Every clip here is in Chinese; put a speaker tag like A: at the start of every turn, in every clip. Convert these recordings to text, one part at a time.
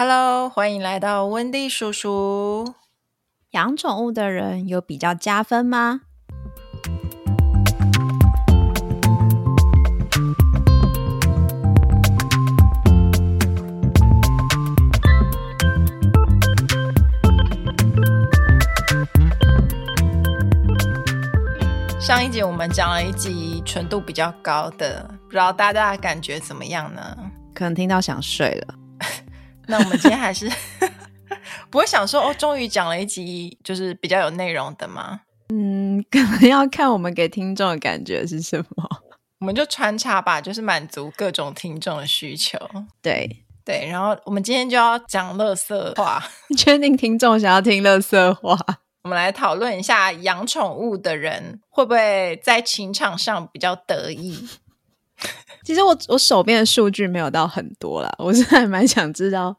A: Hello，欢迎来到温蒂叔叔。
B: 养宠物的人有比较加分吗？
A: 上一集我们讲了一集纯度比较高的，不知道大家的感觉怎么样呢？
B: 可能听到想睡了。
A: 那我们今天还是 不会想说哦，终于讲了一集就是比较有内容的嘛，
B: 嗯，可能要看我们给听众的感觉是什么。
A: 我们就穿插吧，就是满足各种听众的需求。
B: 对，
A: 对，然后我们今天就要讲乐色话，
B: 确定听众想要听乐色话？
A: 我们来讨论一下养宠物的人会不会在情场上比较得意。
B: 其实我我手边的数据没有到很多啦，我是还蛮想知道。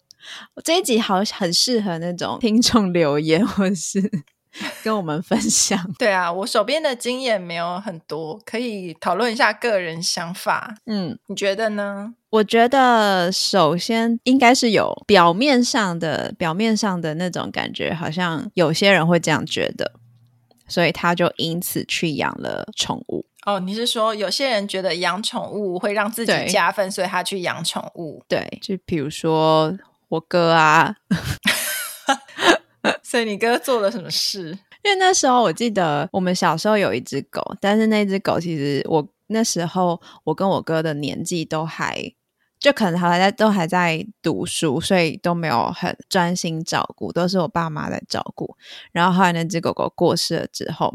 B: 我 这一集好很适合那种听众留言，或是 跟我们分享。
A: 对啊，我手边的经验没有很多，可以讨论一下个人想法，
B: 嗯，
A: 你觉得呢？
B: 我觉得首先应该是有表面上的表面上的那种感觉，好像有些人会这样觉得，所以他就因此去养了宠物。
A: 哦，你是说有些人觉得养宠物会让自己
B: 对
A: 加分，所以他去养宠物，
B: 对，就比如说我哥啊，
A: 所以你哥做了什么事？
B: 因为那时候我记得我们小时候有一只狗，但是那只狗其实我那时候我跟我哥的年纪都还。就可能还在都还在读书，所以都没有很专心照顾，都是我爸妈在照顾。然后后来那只狗狗过世了之后，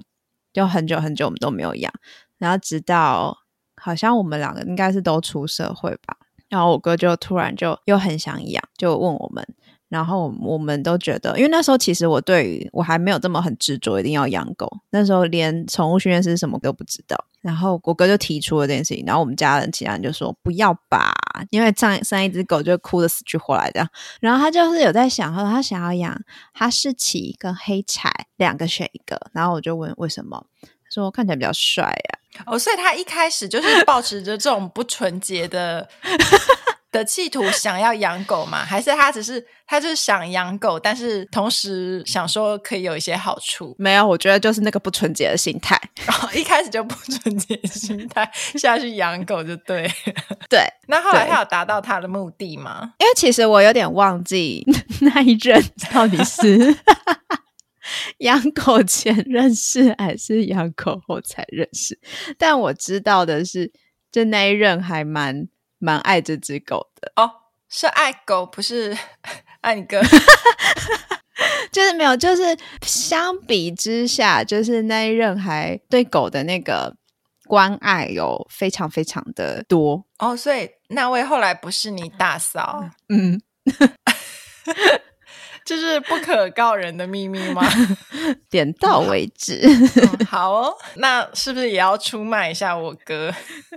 B: 就很久很久我们都没有养。然后直到好像我们两个应该是都出社会吧，然后我哥就突然就又很想养，就问我们，然后我我们都觉得，因为那时候其实我对于我还没有这么很执着一定要养狗，那时候连宠物训练师是什么都不知道。然后我哥就提出了这件事情，然后我们家人其他人就说不要吧，因为上上一只狗就哭的死去活来这样。然后他就是有在想，他说他想要养哈士奇跟黑柴两个选一个，然后我就问为什么，他说看起来比较帅啊呀、
A: 哦，所以他一开始就是抱持着这种不纯洁的的企图，想要养狗嘛？还是他只是他就是想养狗，但是同时想说可以有一些好处？
B: 没有，我觉得就是那个不纯洁的心态。
A: 然后一开始就不纯洁的心态下去养狗就对了。
B: 对，
A: 那后来
B: 对
A: 他有达到他的目的吗？
B: 因为其实我有点忘记 那一任到底是 养狗前认识还是养狗后才认识，但我知道的是，就那一任还蛮蛮爱这只狗的，
A: 哦，是爱狗，不是爱你哥。
B: 就是没有，就是相比之下，就是那一任还对狗的那个关爱有非常非常的多，
A: 哦，所以那位后来不是你大嫂，
B: 嗯，
A: 这是不可告人的秘密吗？
B: 点到为止。
A: 嗯好哦， 那是不是也要出卖一下我哥？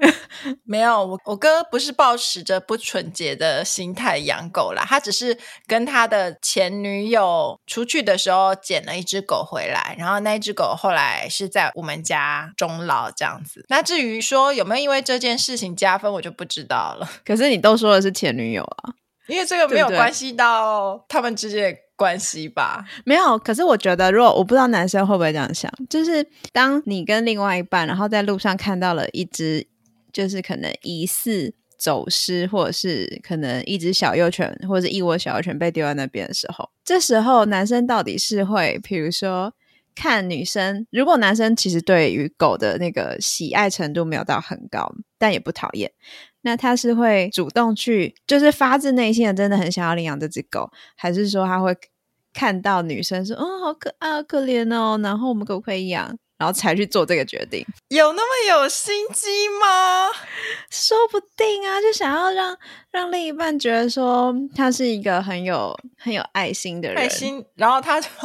A: 没有，我我哥不是抱持着不纯洁的心态养狗啦，他只是跟他的前女友出去的时候捡了一只狗回来，然后那一只狗后来是在我们家终老这样子。那至于说有没有因为这件事情加分，我就不知道了，
B: 可是你都说的是前女友啊。
A: 因为这个没有
B: 对不对
A: 关系到他们之间的关系吧。
B: 没有，可是我觉得，如果我不知道男生会不会这样想，就是当你跟另外一半，然后在路上看到了一只，就是可能疑似走失，或者是可能一只小幼犬，或者是一窝小幼犬被丢在那边的时候，这时候男生到底是会，比如说看女生，如果男生其实对于狗的那个喜爱程度没有到很高，但也不讨厌。那他是会主动去，就是发自内心的，真的很想要领养这只狗，还是说他会看到女生说“哦，好可爱，好可怜哦”，然后我们可不可以养，然后才去做这个决定？
A: 有那么有心机吗？
B: 说不定啊，就想要让让另一半觉得说他是一个很有很有爱心的人。
A: 开心，然后他就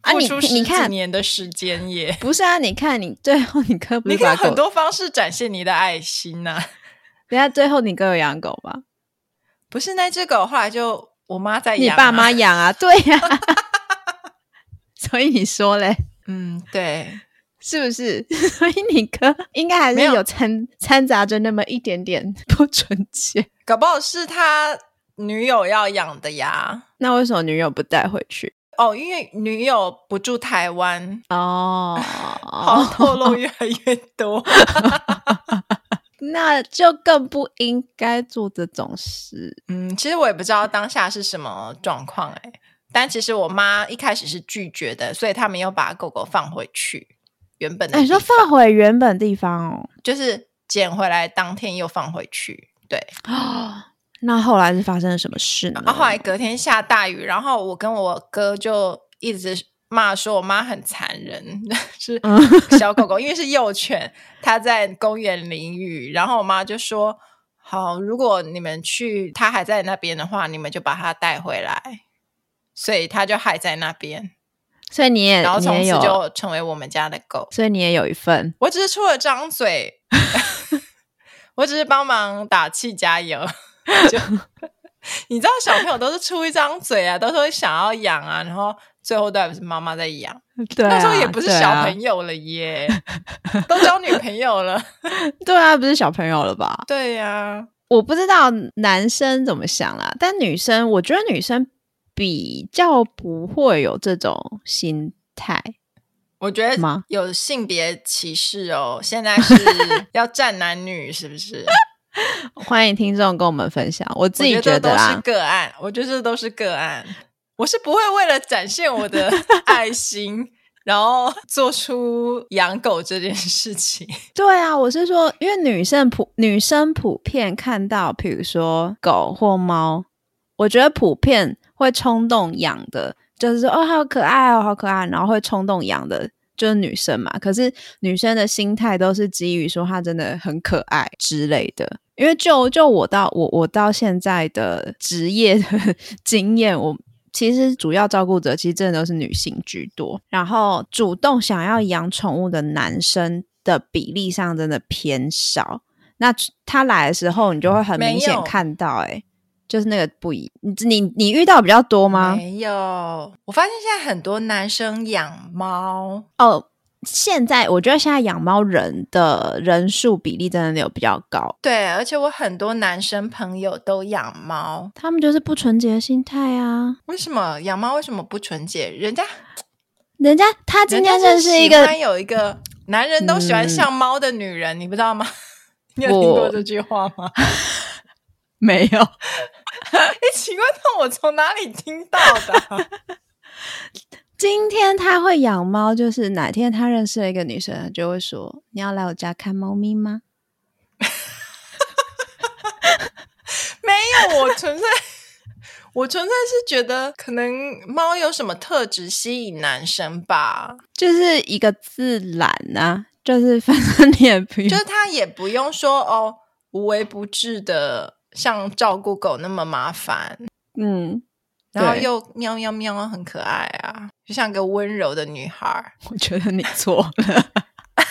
A: 付
B: 你
A: 出
B: 你
A: 十几
B: 看
A: 年的时间耶。
B: 不是啊？你看你最后你哥 不
A: 你
B: 是
A: 可以
B: 把
A: 有很
B: 狗？
A: 多方式展现你的爱心呐、啊
B: 人家最后你哥有养狗吧？
A: 不是那只狗后来就我妈在
B: 你
A: 养、
B: 爸妈？养啊？对呀、 所以你说嘞，
A: 嗯，对，
B: 是不是？ 所以你哥应该还是
A: 没有
B: 有掺掺杂着那么一点点不纯洁。
A: 搞不好是他女友要养的呀。
B: 那为什么女友不带回去？
A: 哦，因为女友不住台湾，
B: 哦，
A: 好透露越来越 多。
B: 那就更不应该做这种事。
A: 嗯，其实我也不知道当下是什么状况哎、但其实我妈一开始是拒绝的，所以他们又把狗狗放回去原本的
B: 哎，你
A: 地
B: 说
A: 方、
B: 放回原本地方 哦？
A: 就是捡回来当天又放回去，对。
B: 啊，那后来是发生了什么事呢？
A: 然啊后后来隔天下大雨，然后我跟我哥就一直骂说我妈很残忍， 是
B: 嗯
A: 小狗 狗，因为是幼犬，它在公园淋雨，然后我妈就说：“好，如果你们去，它还在那边的话，你们就把它带回来。”所以它就还在那边，
B: 所以你也
A: 然后
B: 哎你
A: 从此
B: 也有，
A: 就成为我们家的狗。
B: 所以你也有一份。
A: 我只是出了张嘴， 我只是帮忙打气加油。 就你知道，小朋友都是出一张嘴啊，都说想要养啊，然后最后都还不是妈妈在养。
B: 对、啊，
A: 那时候也不是
B: 对
A: 小
B: 啊
A: 朋友了耶，都交女朋友了。
B: 对啊，不是小朋友了吧？
A: 对呀、
B: 我不知道男生怎么想啦，但女生，我觉得女生比较不会有这种心态。
A: 我觉得
B: 吗
A: 有性别歧视哦，现在是要站男女是不是？
B: 欢迎听众跟我们分享，我自己
A: 我觉
B: 得啊
A: 都是
B: 啦，
A: 个案，我觉得这都是个案。我是不会为了展现我 的爱心，然后做出养狗这件事情。
B: 对啊，我是说，因为女生普女生普遍看到，比如说狗或猫，我觉得普遍会冲动养的，就是说哦好可爱哦好可爱，然后会冲动养的。就是女生嘛，可是女生的心态都是基于说她真的很可爱之类的。因为就就我到我我到现在的职业的经验，我其实主要照顾者其实真的都是女性居多，然后主动想要养宠物的男生的比例上真的偏少。那他来的时候，你就会很明
A: 没
B: 显
A: 有
B: 看到、欸，就是那个不一，你你你遇到比较多 吗？
A: 没有，我发现现在很多男生养猫，
B: 哦，现在我觉得现在养猫人的人数比例真的有比较高，
A: 对，而且我很多男生朋友都养猫。
B: 他们就是不纯洁的心态啊。
A: 为什么养猫为什么不纯洁？人家
B: 人家他今天
A: 人家
B: 认
A: 是
B: 识一
A: 喜
B: 个
A: 欢有一个男人都喜欢
B: 嗯
A: 像猫的女人，你不知道吗？ 你有听过
B: 我
A: 这句话吗？
B: 没 有，
A: 哎，奇怪，那我从哪里听到的啊、
B: 今天他会养猫，就是哪天他认识了一个女生，就会说你要来我家看猫咪吗？
A: 没有，我纯粹，我纯粹是觉得可能猫有什么特质吸引男生吧，
B: 嗯就是一个自懒啊，就是 反正你也不
A: 就
B: 用
A: 是它也不用说哦无微不至的像照顾狗那么麻烦，
B: 嗯，
A: 然后
B: 对
A: 又喵喵喵很可爱啊，就像个温柔的女孩儿。
B: 我觉得你错了。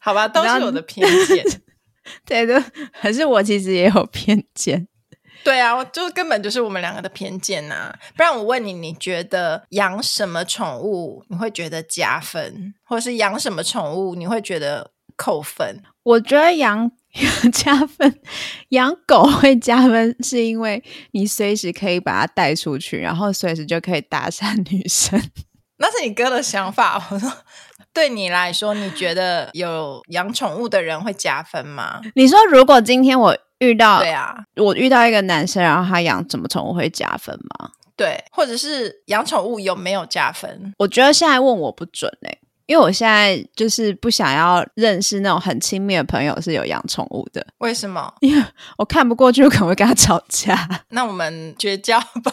A: 好吧，都
B: 然
A: 是
B: 后
A: 我的偏见。
B: 对的，还是我其实也有偏见。
A: 对啊，我就根本就是我们两个的偏见呐、不然我问你，你觉得养什么宠物你会觉得加分，或是养什么宠物你会觉得扣分？
B: 我觉得养 加分，养狗会加分，是因为你随时可以把它带出去，然后随时就可以搭讪女生。
A: 那是你哥的想法。我说，对你来说，你觉得有养宠物的人会加分吗？
B: 你说，如果今天我遇到
A: 对啊，
B: 我遇到一个男生，然后他养什么宠物会加分吗？
A: 对，或者是养宠物有没有加分？
B: 我觉得现在问我不准哎、因为我现在就是不想要认识那种很亲密的朋友是有养宠物的，
A: 为什么？
B: 我看不过去，我可能会跟他吵架。
A: 那我们绝交 吧，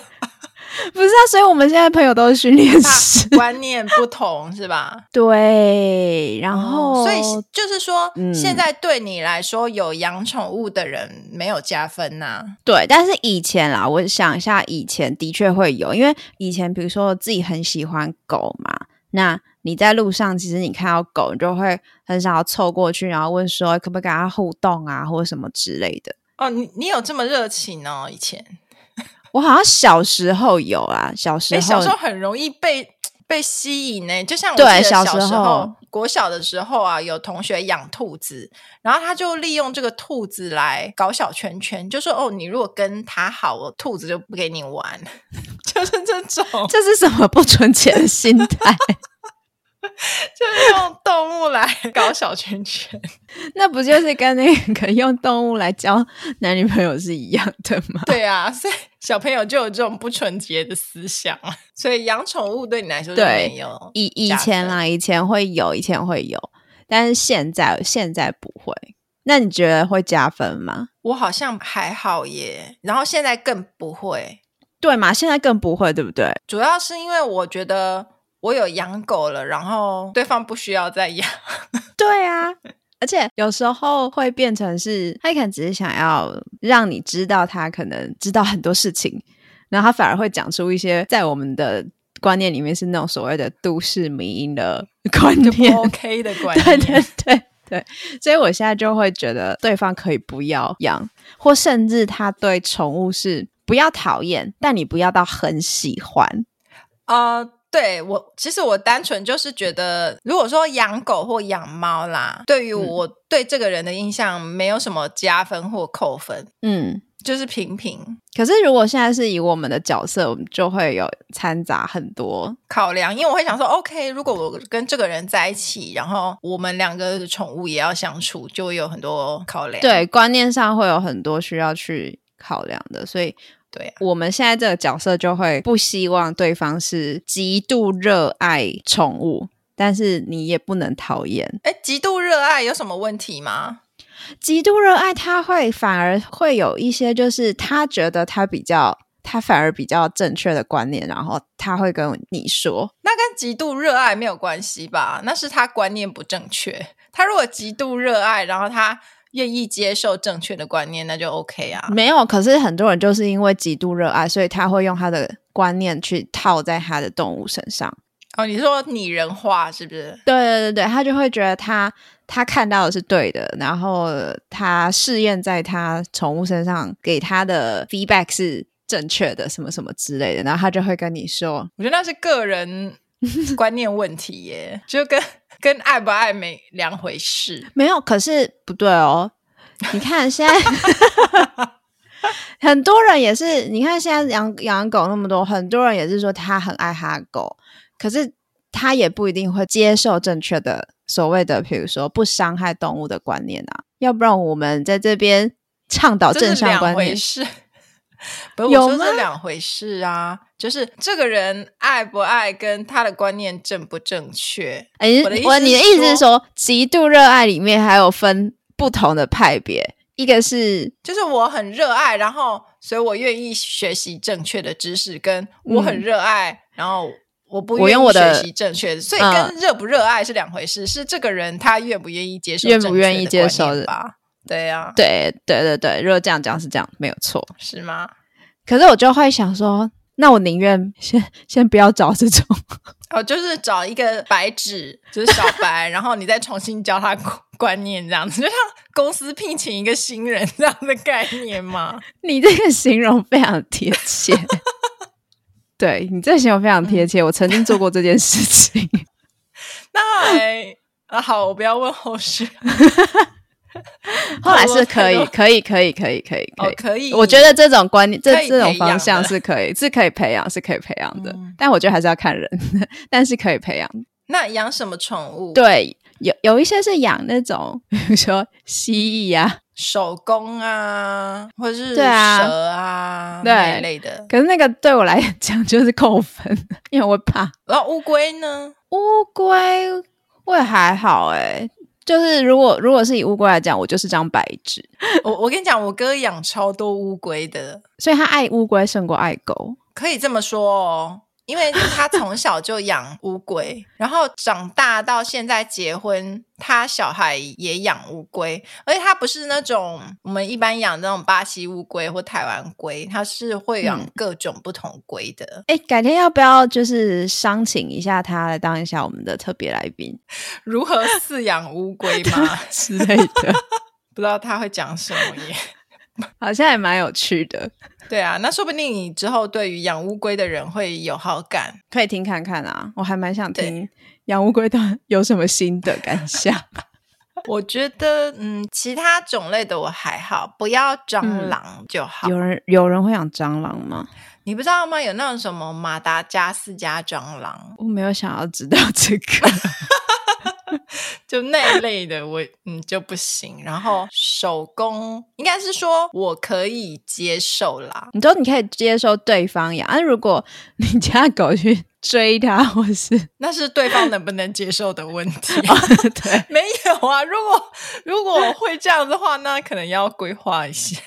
B: 不是啊，所以我们现在朋友都是训练师。
A: 观念不同是吧？
B: 对，然后、
A: 哦所以就是说，
B: 嗯
A: 现在对你来说有养宠物的人没有加分呐、
B: 对，但是以前啦，我想一下，以前的确会有，因为以前比如说自己很喜欢狗嘛，那你在路上其实你看到狗，你就会很想要凑过去，然后问说可不可以跟它互动啊，或者什么之类的。
A: 哦，你你有这么热情哦？以前，
B: 我好像小时候有啊，小时
A: 哎，
B: 候
A: 小时候很容易被被吸引呢、就像我
B: 对
A: 记得
B: 小
A: 小
B: 时
A: 时候
B: 候
A: 国小的时候啊，有同学养兔子，然后他就利用这个兔子来搞小圈圈，就说：“哦，你如果跟他好，我兔子就不给你玩。” 就是这 种，
B: 这是什么不存钱的心态？
A: 就是用动物来搞小圈圈。
B: 那不就是跟那个用动物来交男女朋友是一样的吗？
A: 对啊，所以小朋友就有这种不纯洁的思想啊。所以养宠物对你来说就
B: 对
A: 没有
B: 以以
A: 加
B: 前
A: 分
B: 啦，以前会有，以前会有，但是现在现在不会。那你觉得会加分吗？
A: 我好像还好耶，然后现在更不会，
B: 对嘛？现在更不会，对不对？
A: 主要是因为我觉得我有养狗了，然后对方不需要再 养。
B: 对啊，而且有时候会变成是，他可能只是想要让你知道他可能知道很多事情，然后他反而会讲出一些在我们的观念里面是那种所谓的都市迷因的 观念。
A: OK 的观
B: 对
A: 念，
B: 对对对，所以我现在就会觉得对方可以不要养，或甚至他对宠物是不要讨厌，但你不要到很喜欢。
A: 啊、对我，其实我单纯就是觉得，如果说养狗或养猫啦，对于
B: 嗯
A: 我对这个人的印象没有什么加分或扣分，
B: 嗯，
A: 就是平平
B: 可是如果现在是以我们的角色，我们就会有掺杂很多
A: 考量。因为我会想说，OK，如果我跟这个人在一起，然后我们两个的宠物也要相处，就会有很多考量。
B: 对观念上会有很多需要去考量的，所以
A: 对啊，
B: 我们现在这个角色就会不希望对方是极度热爱宠物，但是你也不能讨厌。
A: 哎，极度热爱有什么问题吗？
B: 极度热爱他会反而会有一些，就是他觉得他比较，他反而比较正确的观念，然后他会跟你说，
A: 那跟极度热爱没有关系吧？那是他观念不正确。他如果极度热爱，然后他愿意接受正确的观念，那就 OK 啊。
B: 没有。可是很多人就是因为极度热爱，所以他会用他的观念去套在他的动物身上。
A: 哦，你说拟人化是不是？
B: 对对对对，他就会觉得他他看到的是对的，然后他试验在他宠物身上给他的 feedback 是正确的，什么什么之类的，然后他就会跟你说，
A: 我觉得那是个人观念问题耶，就跟跟爱不爱没两回事。
B: 没有，可是不对哦。你看现在 很多人也是，你看现在养养狗那么多，很多人也是说他很爱他的狗，可是他也不一定会接受正确的所谓的，比如说不伤害动物的观念啊。要不然我们在这边倡导
A: 这
B: 正
A: 是
B: 向
A: 两
B: 观念
A: 回，事。不是
B: 有
A: 我说
B: 吗
A: 是两回事啊，就是这个人爱不爱跟他的观念正不正确，
B: 哎，
A: 我的意思
B: 我你的意思
A: 是
B: 是说，极度热爱里面还有分不同的派别，一个是
A: 就是我很热爱，然后所以我愿意学习正确的知识，跟我很热爱，然后我不
B: 嗯我
A: 愿
B: 用
A: 意
B: 我的
A: 学习正确的，所以
B: 嗯
A: 跟热不热爱是两回事，是这个人他愿不愿意接受
B: 愿
A: 正
B: 不
A: 确的观念吧，
B: 愿意接受的
A: 对呀、啊，
B: 对对对对，如果这样讲是这样，没有错。
A: 是吗？
B: 可是我就会想说，那我宁愿 先先不要找 这种，
A: 哦，就是找一个白纸，就是小白， 然后你再重新教他观观念，这样子，就像公司聘请一个新人这样的概念嘛。
B: 你这个形容非常贴 切。对你这个形容非常贴
A: 嗯
B: 切，我曾经做过这件事 情。
A: 那还啊，好，我不要问后续。
B: 后来是可以
A: 我，
B: 可以，可以，可以，可以，可
A: 哦
B: 以，。
A: 可以，
B: 我觉得这种观念，这
A: 可以
B: 这种
A: 培养
B: 方向
A: 的
B: 是可以，是可以培养，是可以培养的。
A: 嗯
B: 但我觉得还是要看人， 但是可以培养。
A: 那养什么宠物？，
B: 对，有有一些是养那种， 比如说蜥蜴啊，
A: 手工啊，或者是蛇
B: 对啊
A: 啊，
B: 对
A: 那一类的。
B: 可是那个对我来讲就是扣分， 因为我会怕。
A: 然后乌龟呢？
B: 乌龟会还好哎、就是如果如果是以乌龟来讲，我就是张白纸，
A: 我我跟你讲，我哥养超多乌龟的，
B: 所以他爱乌龟胜过爱狗。
A: 可以这么说哦。因为他从小就养乌龟，然后长大到现在结婚，他小孩也养乌龟，而且他不是那种我们一般养那种巴西乌龟或台湾龟，他是会养
B: 嗯
A: 各种不同龟的。
B: 哎，改天要不要就是商请一下他来当一下我们的特别来宾
A: 如 何饲养乌龟吗？
B: 啊之类的？
A: 不知道他会讲什么耶。
B: 好像也蛮有趣的，
A: 对啊，那说不定你之后对于养乌龟的人会有好感。
B: 可以听看看啊。我还蛮想
A: 对
B: 听养乌龟的有什么新的感 想。
A: 我觉得，嗯，其他种类的我还好，不要蟑螂就好。
B: 有人有人会养蟑螂吗？
A: 你不知道吗？有那种什么马达加斯加蟑螂，
B: 我没有想要知道这个。
A: 就那一类的，我嗯就不行。然后手工，应该是说我可以接受啦。
B: 你知道你可以接受对方养，啊但如果你家的狗去追它，或是
A: 那是对方能不能接受的问题。
B: 对，
A: 没有啊，如果如果会这样的话，那可能要规划一下。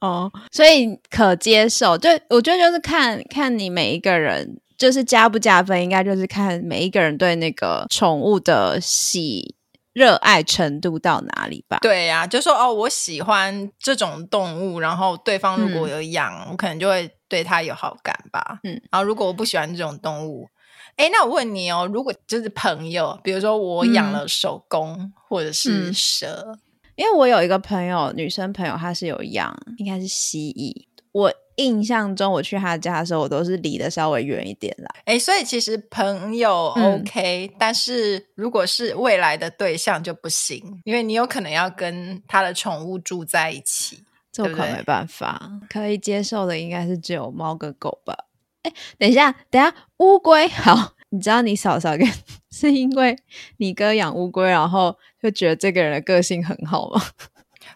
B: 哦，所以可接受，就我觉得就是看看你每一个人，就是加不加分，应该就是看每一个人对那个宠物的喜热爱程度到哪里吧。
A: 对呀、就说哦，我喜欢这种动物，然后对方如果有养，我可能就会对它有好感吧。
B: 嗯
A: 嗯，然后如果我不喜欢这种动物，哎，那我问你哦，如果就是朋友，比如说我养了手工、或者是
B: 嗯
A: 蛇，
B: 因为我有一个朋友，女生朋友，她是有养，应该是蜥蜴。我印象中，我去她家的时候，我都是离得稍微远一点啦。
A: 哎、所以其实朋友
B: 嗯
A: OK，、但是如果是未来的对象就不行，因为你有可能要跟他的宠物住在一起。
B: 这我
A: 对
B: 可
A: 不
B: 能
A: 对
B: 没办法，可以接受的应该是只有猫跟狗吧。哎，等一下，等一下，乌龟好， 你知道你嫂嫂跟 是因为你哥养乌龟，然后就觉得这个人的个性很好吗？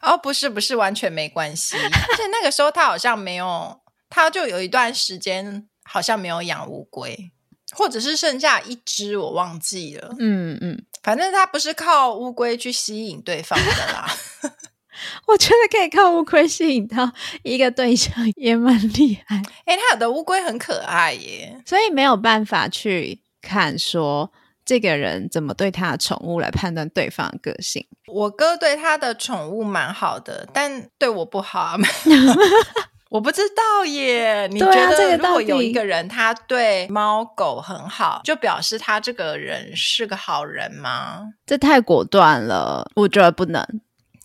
A: 哦，不是不是，完全没关系。而且那个时候他好像没有，他就有一段时间好像没有养乌龟，或者是剩下一只我忘记了。
B: 嗯嗯，
A: 反正他不是靠乌龟去吸引对方的啦。
B: 我觉得可以靠乌龟吸引到一个对象也蛮厉害，
A: 诶，他有的乌龟很可爱耶。
B: 所以没有办法去看说这个人怎么对他的宠物来判断对方的个性。
A: 我哥对他的宠物蛮好的，但对我不好啊。 我不知道耶，你觉
B: 对啊这
A: 得
B: 个
A: 如
B: 到
A: 果有
B: 底
A: 一个人他对猫狗很好，就表示他这个人是个好人吗？
B: 这太果断了，我觉得 不能。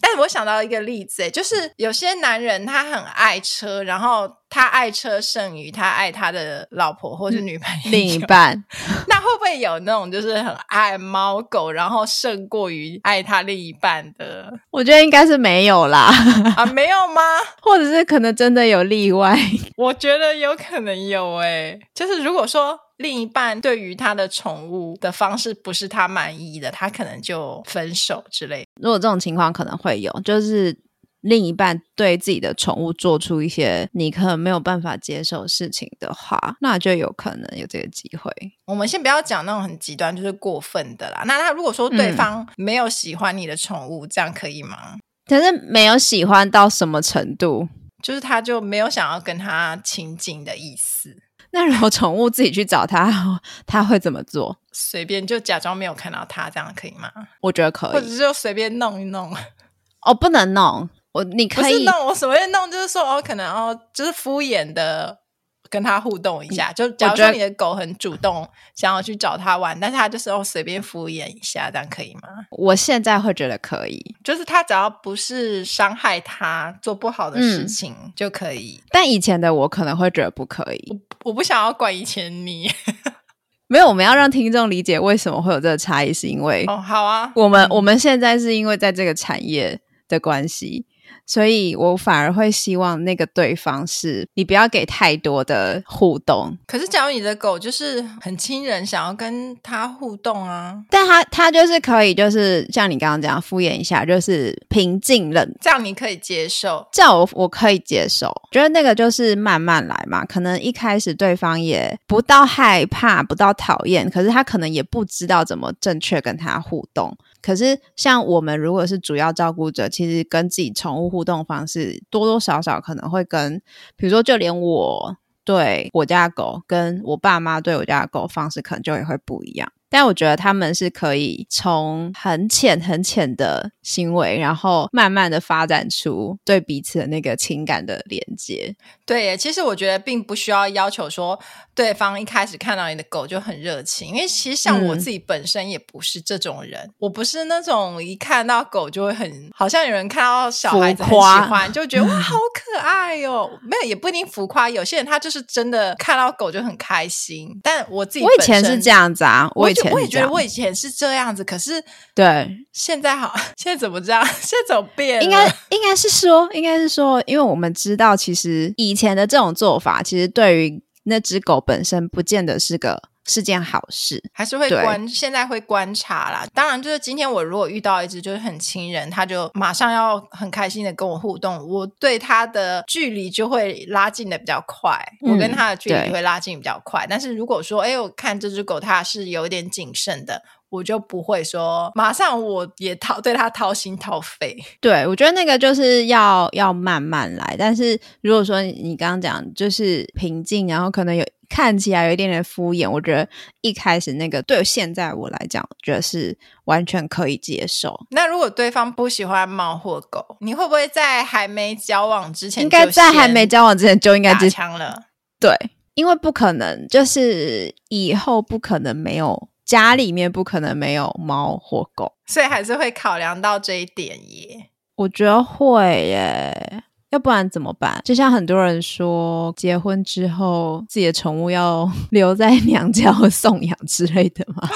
A: 但我想到一个例子，欸就是有些男人他很爱车，然后他爱车胜于他爱他的老婆或是女朋友。
B: 嗯另一半，
A: 那会不会有那种就是很爱猫狗，然后胜过于爱他另一半 的
B: 我觉得应该是没有啦。
A: 啊？没有吗？
B: 或者是可能真的有例外。
A: 我觉得有可能有诶、就是如果说另一半对于他的宠物的方式不是他满意的，他可能就分手之类的。
B: 如果这种情况可能会有，就是另一半对自己的宠物做出一些你可能没有办法接受的事情的话，那就有可能有这个机会。
A: 我们先不要讲那种很极端，就是过分的啦。那他如果说
B: 嗯
A: 对方没有喜欢你的宠物，这样可以吗？
B: 可是没有喜欢到什么程度，
A: 就是他就没有想要跟他亲近的意思，
B: 那如果宠物自己去找他， 他会怎么做？
A: 随便就假装没有看到他，这样可以吗？
B: 我觉得
A: 或
B: 可
A: 者
B: 以
A: 是就随便弄一弄，
B: 哦，不能弄我，你
A: 不
B: 可
A: 是
B: 以
A: 弄，我随便弄就是说哦，可能哦，就是敷衍的。跟他互动一下，就假如
B: 嗯我觉
A: 说
B: 得
A: 你的狗很主动想要去找他玩，但是他就是哦随便敷衍一下，这样可以吗？
B: 我现在会觉得可以，
A: 就是他只要不是伤害他、做不好的事
B: 嗯
A: 情、就可以。
B: 但以前的我可能会觉得不可以。
A: 我不想要管以前 你
B: 没有，我们要让听众理解为什么会有这个差异，是因为
A: 哦，好啊，
B: 我们我们现在是因为在这个产业的关系，所以我反而会希望那个对方是你不要给太多的互动，
A: 可是假如你的狗就是很亲人，想要跟它互动啊，
B: 但他他就是可以就是像你刚刚讲敷衍一下，就是平静冷。
A: 这样你可以接受。
B: 这样我我可以接受，觉得那个就是慢慢来嘛。可能一开始对方也不到害怕，不到讨厌，可是他可能也不知道怎么正确跟他互动。可是像我们如果是主要照顾者，其实跟自己宠物互动方式多多少少可能会跟，比如说就连我对我家的狗跟我爸妈对我家的狗方式可能就也会不一样。但我觉得他们是可以从很浅很浅的行为，然后慢慢的发展出对彼此的那个情感的连接。
A: 对耶，其实我觉得并不需要要求说对方一开始看到你的狗就很热情，因为其实像我
B: 嗯
A: 自己本身也不是这种人，我不是那种一看到狗就会很，好像有人看到小孩子
B: 浮
A: 很
B: 夸
A: 喜欢就觉 得哇好可爱哦，没有也不一定浮夸，有些人他就是真的看到狗就很开心，但我自己
B: 我以前是这
A: 样，
B: 样子啊，
A: 我
B: 以
A: 觉
B: 前
A: 我
B: 是
A: 也
B: 这
A: 觉得
B: 样
A: 我以前是这样子，可是
B: 对，
A: 现在好， 现在怎么这样？现在怎么变了？
B: 应该应该是说，应该是说，因为我们知道，其实以前的这种做法，其实对于那只狗本身，不见得是个是件好事。
A: 还是会
B: 对
A: 观，现在会观察啦。当然，就是今天我如果遇到一只就是很亲人，他就马上要很开心的跟我互动，我对他的距离就会拉近的比较快，我跟
B: 嗯
A: 他的距离
B: 对
A: 会拉近比较快。但是如果说，哎，我看这只狗它是有点谨慎的，我就不会说马上我也掏对它掏心掏肺。
B: 对，我觉得那个就是要要慢慢来。但是如果说你刚刚讲就是平静，然后可能有看起来有一点点敷衍，我觉得一开始那个对现在我来讲，我觉得是完全可以接受。
A: 那如果对方不喜欢猫或狗，你会不会在还没交往之前，
B: 应该在还没交往之前就应该
A: 打
B: 知
A: 枪了？
B: 对，因为不可能，就是以后不可能没有家里面不可能没有猫或狗，
A: 所以还是会考量到这一点耶。
B: 我觉得会耶。要不然怎么办？就像很多人说，结婚之后自己的宠物要 留在娘家或送养之类的 嘛，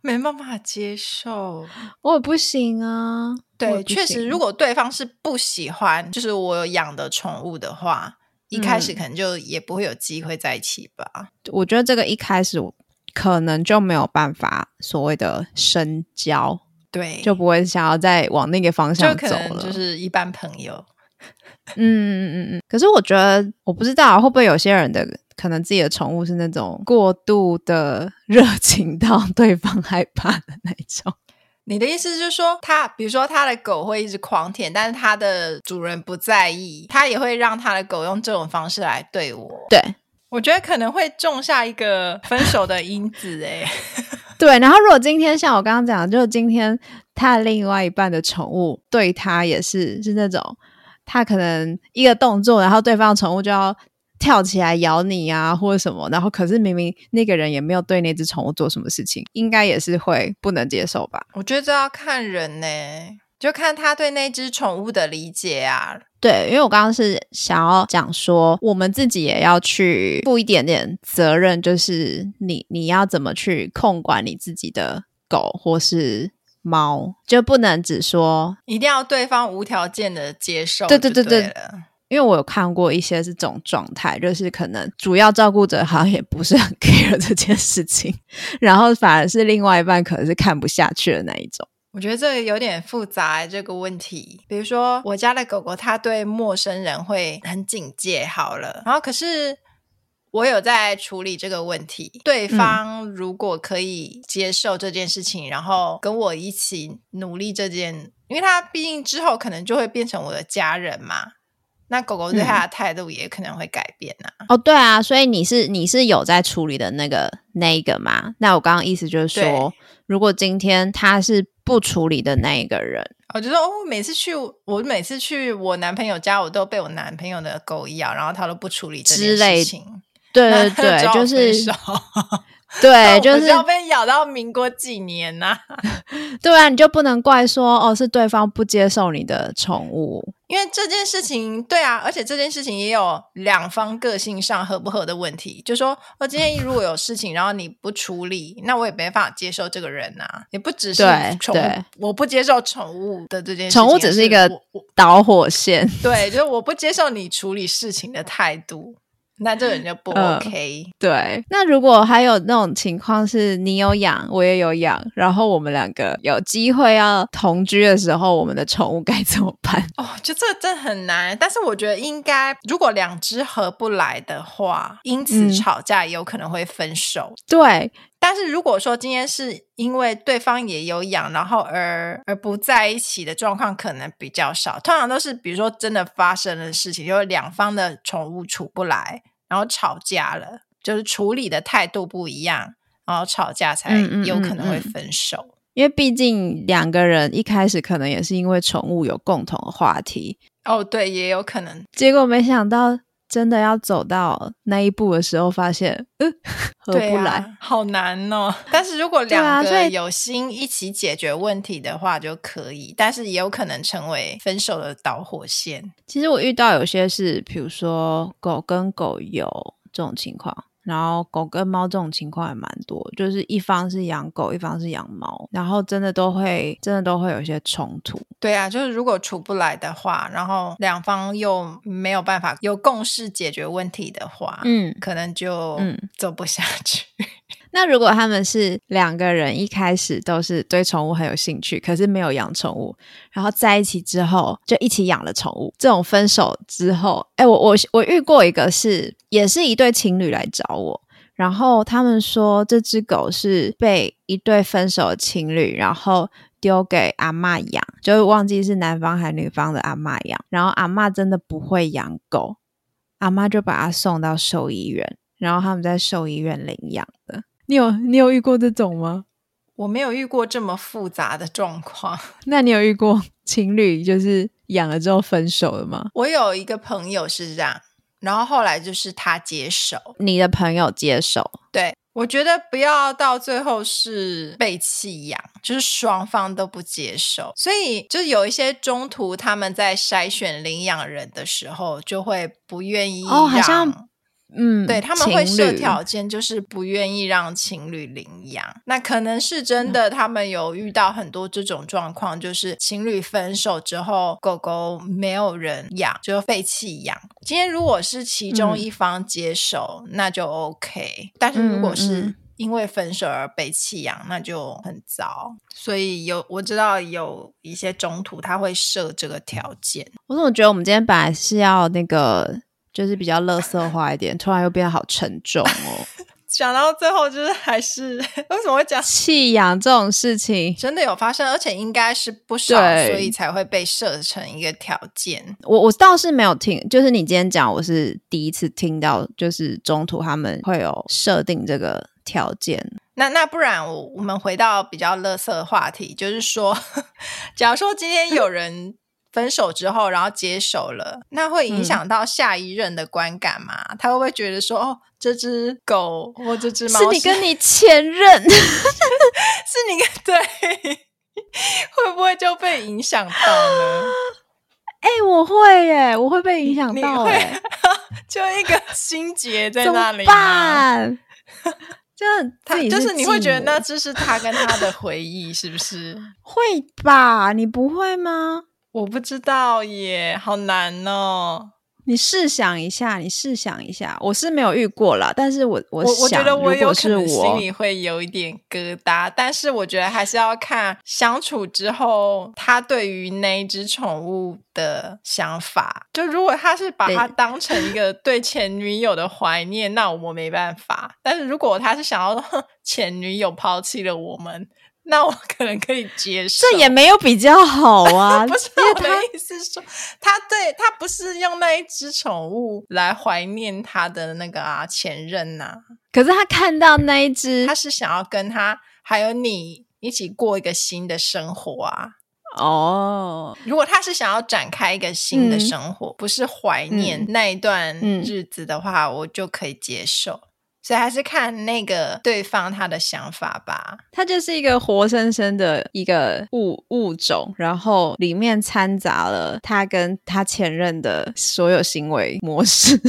A: 没办法接受，
B: 我也不行啊。我也
A: 对，
B: 不
A: 确实，
B: 行
A: 如果对方是不喜欢，就是我有养的宠物的话，一开始
B: 嗯
A: 可能就也不会有机会在一起吧。
B: 我觉得这个一开始我可能就没有办法所谓的深交，
A: 对，
B: 就不会想要再往那个方
A: 就
B: 向
A: 可
B: 走了。
A: 能就是一般朋友，
B: 嗯嗯嗯嗯。可是我觉得，我不知道啊会不会有些人的可能自己的宠物是那种过度的 热情到对方害怕的那一种。
A: 你的意思就是说，它比如说它的狗会一直狂舔，但是它的主人不在意，它也会让它的狗用这种方式来对我。
B: 对
A: 我觉得可能会种下一个分手的因子，哎，
B: 对，然后如果今天像我刚刚讲的，就是今天他的另外一半的宠物对他也是是那种，他可能一个动作，然后对方的宠物就要。跳起来咬你啊，或者什么，然后可是明明那个人也没有对那只宠物做什么事情，应该也是会不能接受吧？
A: 我觉得这要看人呢、就看他对那只宠物的理解啊，
B: 对，因为我刚刚是想要讲说，我们自己也要去负一点点责任，就是你你要怎么去控管你自己的狗或是猫，就不能只说，
A: 一定要对方无条件的接受就
B: 对
A: 对
B: 对对对
A: 了
B: 因为我有看过一些是这种状态，就是可能主要照顾者好像也不是很 care 这件事情，然后反而是另外一半可能是看不下去的那一种。
A: 我觉得这个有点复杂、这个问题。比如说，我家的狗狗它对陌生人会很警戒，好了，然后可是我有在处理这个问题。对
B: 嗯
A: 方如果可以接受这件事情，然后跟我一起努力这件，因为它毕竟之后可能就会变成我的家人嘛，那狗狗对它
B: 嗯
A: 的态度也可能会改变呐、
B: 哦，对啊，所以你是你是有在处理的那个那一个嘛？那我刚刚意思就是
A: 对
B: 说，如果今天他是不处理的那一个 人，
A: 我就说，哦，每次去我每次去我男朋友家，我都被我男朋友的狗咬，然后他都不处理这件
B: 之类
A: 事情。
B: 对对
A: 找
B: 呃对，
A: 我
B: 就
A: 分
B: 是
A: 手
B: 对，
A: 我
B: 就
A: 们
B: 是
A: 要被咬到民国几年呐、
B: 对啊，你就不能怪说哦是对方不接受你的宠物，
A: 因为这件事情，对啊，而且这件事情也有两方个性上合不合的问题。就说，哦，今天如果有事情，然后你不处理，那我也没办法接受这个人呐、也不只是
B: 对
A: 宠
B: 对
A: 物，我不接受宠物的这件事情，
B: 宠物只
A: 而
B: 是一个
A: 我我
B: 导火线。
A: 对，就是我不接受你处理事情的态度，那这个人就不
B: 嗯
A: OK。
B: 对，那如果还有那种情况是你有养，我也有养，然后我们两个有机会要同居的时候，我们的宠物该怎么办？
A: 哦，就这真的很难，但是我觉得应该，如果两只合不来的话，因此
B: 嗯
A: 吵架有可能会分手。
B: 对，
A: 但是如果说今天是因为对方也有养，然后而而不在一起的状况，可能比较少。通常都是比如说真的发生了事情，就是两方的宠物处不来，然后吵架了，就是处理的态度不一样，然后吵架才
B: 嗯嗯
A: 有可能会
B: 嗯嗯
A: 分手。
B: 因为毕竟两个人一开始可能也是因为宠物有共同的话题，
A: 哦，对，也有可能。
B: 结果没想到真的要走到那一步的时候，发现呃 合
A: 对
B: 不
A: 啊
B: 来。
A: 好难哦。但是如果
B: 对啊
A: 两
B: 所
A: 个
B: 以
A: 有心一起解决问题的话，就可以。但是也有可能成为分手的导火线。
B: 其实我遇到有些是，比如说狗跟狗有这种情况，然后狗跟猫这种情况也蛮多，就是一方是养狗，一方是养猫，然后真的都会真的都会有一些冲突。
A: 对啊，就是如果处不来的话，然后两方又没有办法有共识解决问题的话，
B: 嗯，
A: 可能就
B: 嗯
A: 走不下去。
B: 那如果他们是两个人一开始都是对宠物很有兴趣，可是没有养宠物，然后在一起之后就一起养了宠物，这种分手之后，哎，我我我遇过一个是也是一对情侣来找我，然后他们说这只狗是被一对分手的情侣，然后。丢给阿嬷养，就是忘记是男方还是女方的阿嬷养。然后阿嬷真的不会养狗，阿嬷就把它送到兽医院，然后他们在兽医院领养的。你有你有遇过这种吗？
A: 我没有遇过这么复杂的状况。
B: 那你有遇过情侣就是养了之后分手了吗？
A: 我有一个朋友是这样，然后后来就是他接手。
B: 你的朋友接手，
A: 对我觉得不要到最后是被弃养，就是双方都不接受，所以就有一些中途他们在筛选领养人的时候，就会不愿意
B: 哦好像
A: 让
B: 嗯，
A: 对他们会设
B: 情侣
A: 条件，就是不愿意让情侣领养。那可能是
B: 嗯
A: 真的，他们有遇到很多这种状况，就是情侣分手之后，狗狗没有人养，就被弃养。今天如果是其中
B: 嗯
A: 一方接手，那就 OK。但是如果
B: 嗯嗯
A: 是
B: 嗯
A: 因为分手而被弃养，那就很糟。所以有我知道有一些中途他会设这个条件。
B: 我总觉得我们今天本来是要那个就是比较乐色化一点，突然又变得好沉重 哦。
A: 想到最后，就是还是为什么会讲
B: 弃养这种事情，
A: 真的有发生，而且应该是不少，
B: 对
A: 所以才会被设成一个条件。
B: 我我倒是没有听，就是你今天讲，我是第一次听到，就是中途他们会有设定这个条件。
A: 那那不然我我们回到比较乐色的话题，就是说， 假如说今天有 人分手之后，然后接手了，那会
B: 嗯
A: 影响到下一任的观感吗？他会不会觉得说，哦，这只狗或这只猫
B: 是你跟你前任，
A: 是你跟 对，会不会就被影响到呢？
B: 哎、我会耶，我会被影响
A: 你
B: 到
A: 会
B: 哎，
A: 就一个心结在
B: 怎
A: 那
B: 么
A: 里吗？
B: 办？就
A: 他
B: 自己
A: 就是你会
B: 继
A: 觉得
B: 母
A: 那只是他跟他的回忆，是不是？
B: 会吧？你不会吗？
A: 我不知道耶，好难哦。
B: 你试想一下，你试想一下，我是没有遇过啦，但是我我
A: 我我觉
B: 想
A: 得我
B: 如
A: 有
B: 果
A: 可
B: 是
A: 能心
B: 我，
A: 里会有一点疙瘩，但是我觉得还是要看相处之后他对于那一只宠物的想法。就如果他是把它
B: 对
A: 当成一个对前女友的怀念，那我没办法。但是如果他是想要 前女友抛弃了我们，那我可能可以接受。
B: 这也没有比较好啊，
A: 不是
B: 因为
A: 我的意思是说，他对他不是用那一只宠物来怀念他的那个啊前任呐、
B: 可是他看到那一只
A: 他是想要跟他还有你一起过一个新的生活啊。
B: 哦，
A: 如果他是想要展开一个新的
B: 嗯
A: 生活，不是怀念
B: 嗯
A: 那一段
B: 嗯
A: 日子的话，我就可以接受。所以还是看那个对方他的想法吧。
B: 它就是一个活生生的一个物物种，然后里面掺杂了他跟他前任的所有行为模式。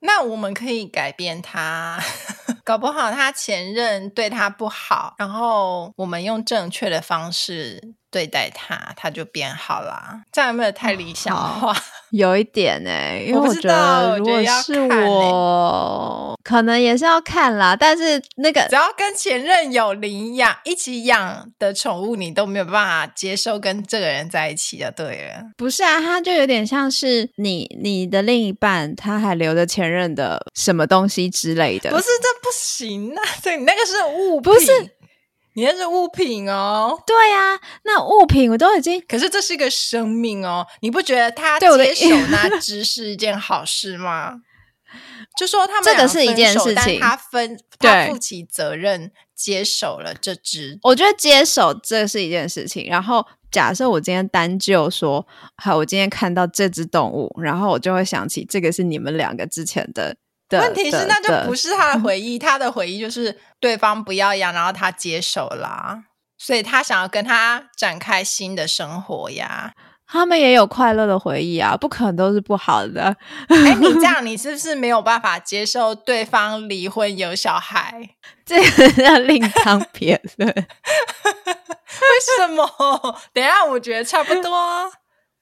A: 那我们可以改变他， 搞不好他前任对他不好，然后我们用正确的方式对待他，他就变好啦。这样有没有太理想 化？
B: 有一点呢、因为
A: 我不知
B: 觉
A: 道
B: 得
A: 我
B: 如
A: 觉得
B: 果
A: 要
B: 是
A: 看欸欸
B: 我，可能也是要看啦。但是那个
A: 只要跟前任有领养一起养的宠物，你都没有办法接受跟这个人在一起的，对了。
B: 不是啊，它就有点像是你你的另一半，他还留着前任的什么东西之类的。
A: 不是，这不行啊！对，你那个是物品，
B: 不是
A: 你那是物品哦。
B: 对呀、啊，那物品我都已经
A: 可是这是一个生命哦，你不觉得他
B: 对我的
A: 接手那只是一件好事吗？就说他们
B: 这个
A: 俩
B: 是一
A: 分
B: 件
A: 手
B: 事
A: 但
B: 情
A: 他分他
B: 对
A: 负起责任，接手了这只
B: 我觉得接手这是一件事情，然后假设我今天单就说，好，我今天看到这只动物，然后我就会想起这个是你们两个之前的。的
A: 问题是，
B: 的
A: 那就
B: 的
A: 不是他的回 忆，他的回忆就是对方不要养，然后他接手啦，所以他想要跟他展开新的生活 呀。
B: 他们也有快乐的回忆啊，不可能都是不好的。
A: 哎，你这样，你是不是没有办法接受对方离婚有小孩？
B: 这个要另当别论。
A: 为什么？ 等一下，我觉得差不多啊。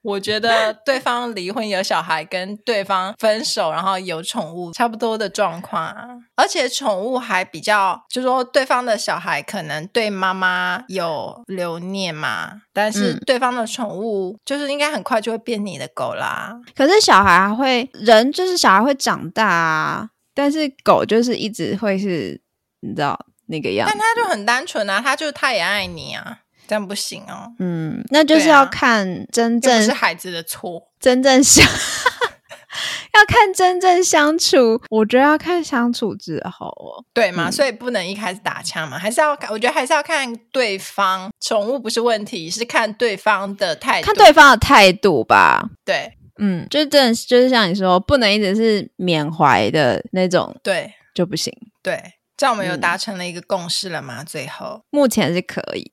A: 我觉 得对方离婚有小孩，跟对方分手然后有宠物差不多的状况啊，而且宠物还比较，就说对方的小孩可能对妈妈有留念嘛，但是
B: 嗯
A: 对方的宠物就是应该很快就会变你的狗啦。
B: 可是小孩还会，人就是小孩会长大啊，但是狗就是一直会是，你知道那个样
A: 但
B: 子。
A: 他就很单纯啊，他就他也爱你啊，这样不行哦，
B: 嗯，那就是要看真
A: 这不
B: 正、
A: 是孩子的错。
B: 真正相， 要看真正相处。我觉得要看相处之后哦。
A: 对嘛，
B: 嗯
A: 所以不能一开始打枪嘛，还是要看，我觉得还是要看对方。宠物不是问题，是看对方的态度。
B: 看对方的态度吧。
A: 对
B: 嗯，就真的是就是像你说，不能一直是缅怀的那种
A: 对
B: 就不行。
A: 对，这样我们有
B: 嗯
A: 达成了一个共识了嘛？最后，
B: 目前是可以，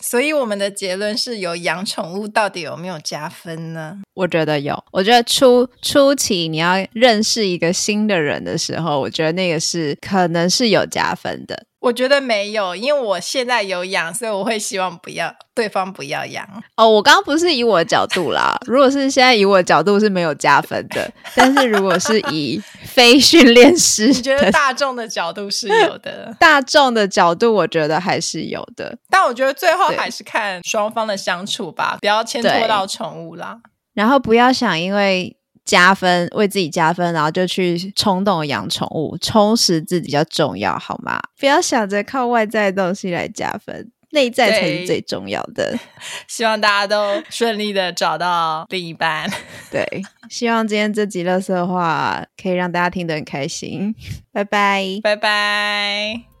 A: 所以我们的结论是有养宠物到底有没有加分呢？
B: 我觉得有。我觉得初初期你要认识一个新的人的时候，我觉得那个是可能是有加分的。
A: 我觉得没有，因为我现在有养，所以我会希望不要对方不要 养。
B: 哦，我刚刚不是以我的角度啦，如果是现在以我的角度是没有加分的，但是如果是以非训练师
A: 你觉得
B: 的，
A: 大众的角度是有的
B: 大众的角度，我觉得还是有的。
A: 但我觉得最后
B: 对
A: 还是看双方的相处吧，不要牵拖
B: 对
A: 到宠物啦。
B: 然后不要想因为加分为自己加分，然后就去冲动养宠物，充实自己比较重要，好吗？不要想着靠外在的东西来加分，内在才
A: 对
B: 是最重要的。
A: 希望大家都顺利的找到另一半。
B: 对，希望今天这集乐色话可以让大家听得很开心，拜拜。
A: 拜拜。